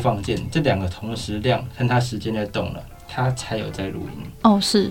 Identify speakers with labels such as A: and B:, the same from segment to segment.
A: 放键这两个同时亮，看它时间在动了，它才有在录音。
B: 哦，是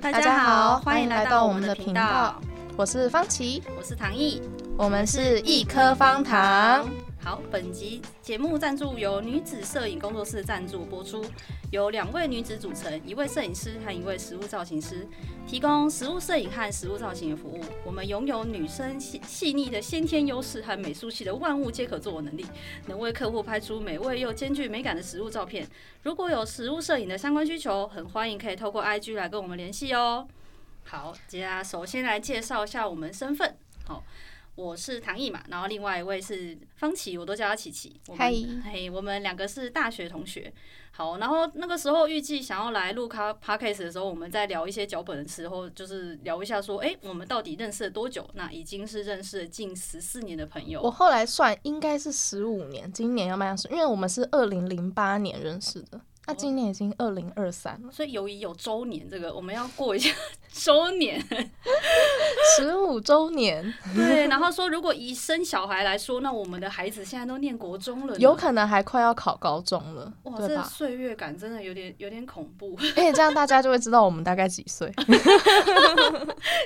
C: 大家好，欢迎来到我们的频道，，
D: 我是方琦，
C: 我是唐毅，
D: 我们是一颗方糖。。
C: 好，本集节目赞助由女子摄影工作室赞助播出，由两位女子组成，一位摄影师和一位食物造型师，提供食物摄影和食物造型的服务。我们拥有女生细细腻的先天优势和美术系的万物皆可做的能力，能为客户拍出美味又兼具美感的食物照片。如果有食物摄影的相关需求，很欢迎可以透过 IG 来跟我们联系哦。好，接下来首先来介绍一下我们身份。好，我是唐毅嘛，然后另外一位是方琦，我都叫她琪琪。我们
D: 嗨
C: 嘿，我们两个是大学同学。好，然后那个时候预计想要来录咖 podcast 的时候，我们在聊一些脚本的时候，就是聊一下说，哎、我们到底认识了多久？那已经是认识了近十四年的朋友。
D: 我后来算应该是十五年，今年要迈向十，因为我们是二零零八年认识的，那今年已经二零二三 了，
C: 所以友谊有周年，这个我们要过一下 周 年。
D: 十五周年，
C: 对，然后说如果以生小孩来说，那我们的孩子现在都念国中了呢，
D: 有可能还快要考高中了，
C: 哇，
D: 对
C: 这
D: 吧？
C: 岁月感真的有点有点恐怖，
D: 而且这样大家就会知道我们大概几岁。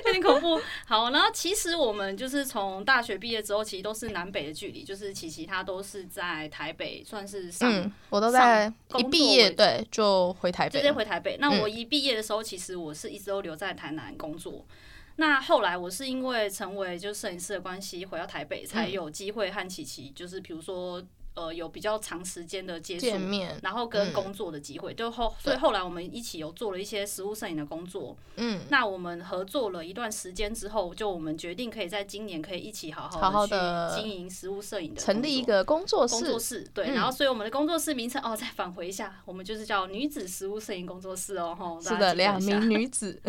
C: 有点恐怖。好，然后其实我们就是从大学毕业之后，其实都是南北的距离，就是琪琪她都是在台北，算是 上、
D: 嗯，我都在
C: 工
D: 一
C: 作
D: 毕
C: 为
D: 业
C: 主
D: 对就回台
C: 直
D: 北
C: 接
D: 了，
C: 回台北。那
D: 嗯
C: 我一毕业的时候，其实我是一直都留在台南工作。那后来我是因为成为就是摄影师的关系，回到台北
D: 嗯
C: 才有机会和琪琪，就是比如说呃有比较长时间的接触
D: 见，面，
C: 然后跟
D: 嗯
C: 工作的机会，就后所以后来我们一起有做了一些实物摄影的工作。
D: 嗯，
C: 那我们合作了一段时间之后，就我们决定可以在今年可以一起好
D: 好
C: 好
D: 好
C: 的
D: 地
C: 去经营实物摄影的
D: 成
C: 工
D: 立一
C: 作
D: 个工作
C: 工作
D: 室，
C: 室，对，
D: 嗯
C: 然后所以我们的工作室名称哦，再返回一下，我们就是叫女子食物摄影工作室哦，吼，
D: 是
C: 大
D: 的，
C: 家
D: 两
C: 记得一下
D: 名。女子，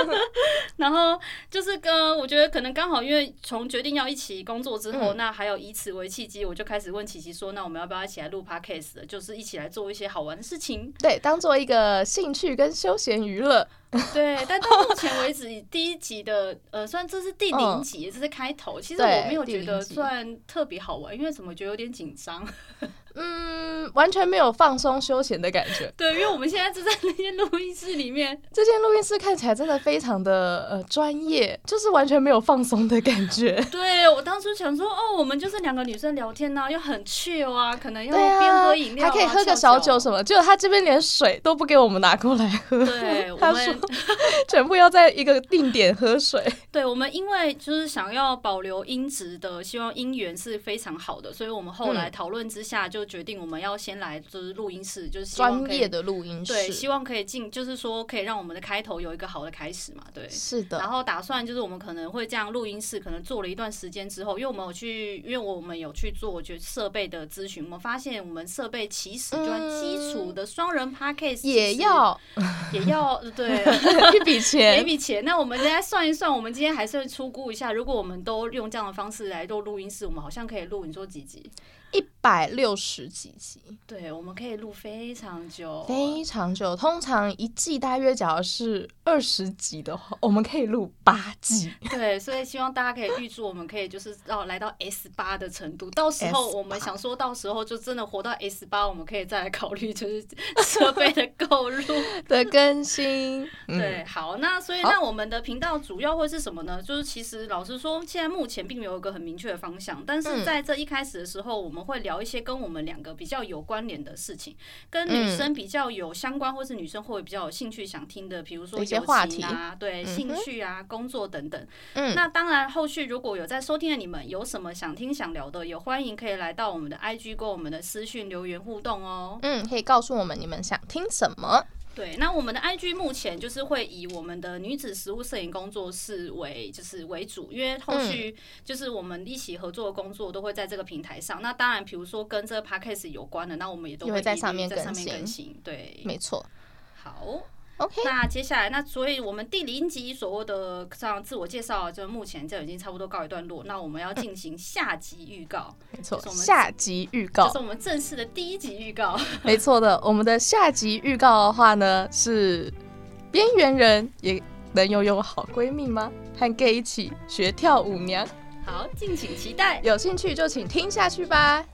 C: 然后就是跟我觉得可能刚好，因为从决定要一起工作之
D: 嗯
C: 后，那还有以此为契机，我就开始问琪琪说，那我们要不要一起来录 podcast，的就是一起来做一些好玩的事情。
D: 对，当做一个兴趣跟休闲娱乐。
C: 对，但到目前为止，第一集的呃，虽然这是第零
D: 嗯
C: 集，这是开头，其实
D: 对
C: 我没有觉
D: 第
C: 得
D: 零集
C: 算特别好玩，因为怎么觉得有点紧张？
D: 嗯，完全没有放松休闲的感 觉。
C: 对，因为我们现在就在那些录音室里面，。
D: 这间录音室看起来真的非常的呃专业，就是完全没有放松的感觉
C: 对我当初想说，哦，我们就是两个女生聊天呐、要很 chill 啊，可能要
D: 对
C: 边
D: 啊
C: 喝饮，料、啊，
D: 还可以喝
C: 翘
D: 个小
C: 脚
D: 酒什。么，结果他这边连水都不给我们拿过来 喝，
C: 对，我
D: 他
C: 们
D: 说全部要在一个定点喝水。
C: 对，我们因为就是想要保留音质的，希望音源是非常好的，所以我们后来
D: 嗯
C: 讨论之下就决定，我们要先来就是录音室， 就是希望
D: 专
C: 可以
D: 业的录音
C: 对，
D: 室，
C: 希望可以进，就是说可以让我们的开头有一个好的开始嘛，对。
D: 是的
C: 然，后打算就是我们可能会这样录音室，可能做了一段时间之后，因为我们有去，因为我们有去做就设备的咨询，我们发现我们设备其实就算基础的双人 podcast
D: 嗯也
C: 其实
D: 要
C: 也要 对
D: 一笔
C: 给一
D: 钱。
C: 笔钱。那我们来算一算，我们今天还是会出估一下，如果我们都用这样的方式来做录音室，我们好像可以录你说几集？
D: 一百六十几集，
C: 对，我们可以录非常久，
D: 非常久。通常一季大约假如是二十集的话，我们可以录八集。
C: 对，所以希望大家可以预祝我们可以就是到来到 S 八的程度，到时候
D: S8
C: 我们想说到时候就真的活到 S 八，我们可以再来考虑就是 设备的购入。
D: 的更 新。嗯、
C: 对，好，那所以
D: 好
C: 那我们的频道主要会是什么呢？就是其实老实说，现在目前并没有一个很明确的方向，但是
D: 嗯
C: 在这一开始的时候，我们会聊一些跟我们两个比较有关联的事情，跟女
D: 嗯
C: 生比较有相关，或是女生会比较有兴趣想听的，比如说
D: 的一些
C: 友
D: 话
C: 情
D: 题嗯
C: 啊，对，
D: 哼
C: 兴趣啊，工作等等。
D: 嗯
C: 那当然，后续如果有在收听的你们有什么想听想聊的，也欢迎可以来到我们的 IG 跟我们的私讯留言互动哦。
D: 嗯，可以告诉我们你们想听什么。
C: 对，那我们的 IG 目前就是会以我们的女子实务摄影工作室为就是为主，因为后
D: 嗯
C: 续就是我们一起合作的工作都会在这个平台上。那当然，比如说跟这个 podcast 有关的，那我们也都
D: 也
C: 会
D: 会在
C: 一律
D: 上面
C: 在上
D: 更
C: 面
D: 新
C: 更新。对，
D: 没错
C: 好。
D: ，OK，
C: 那接下来，那所以我们第零集所谓的像自我介绍，就目前就已经差不多告一段落。那我们要进行下集预 告，
D: 没错
C: 这是我，们
D: 下集预
C: 这
D: 告
C: 是，我们正式的第一集预告。
D: 没错的。我们的下集预告的话呢，是边缘人也能拥有好闺蜜吗？和 gay 一起学跳舞娘，
C: 好，敬请期待。
D: 有兴趣就请听下去吧。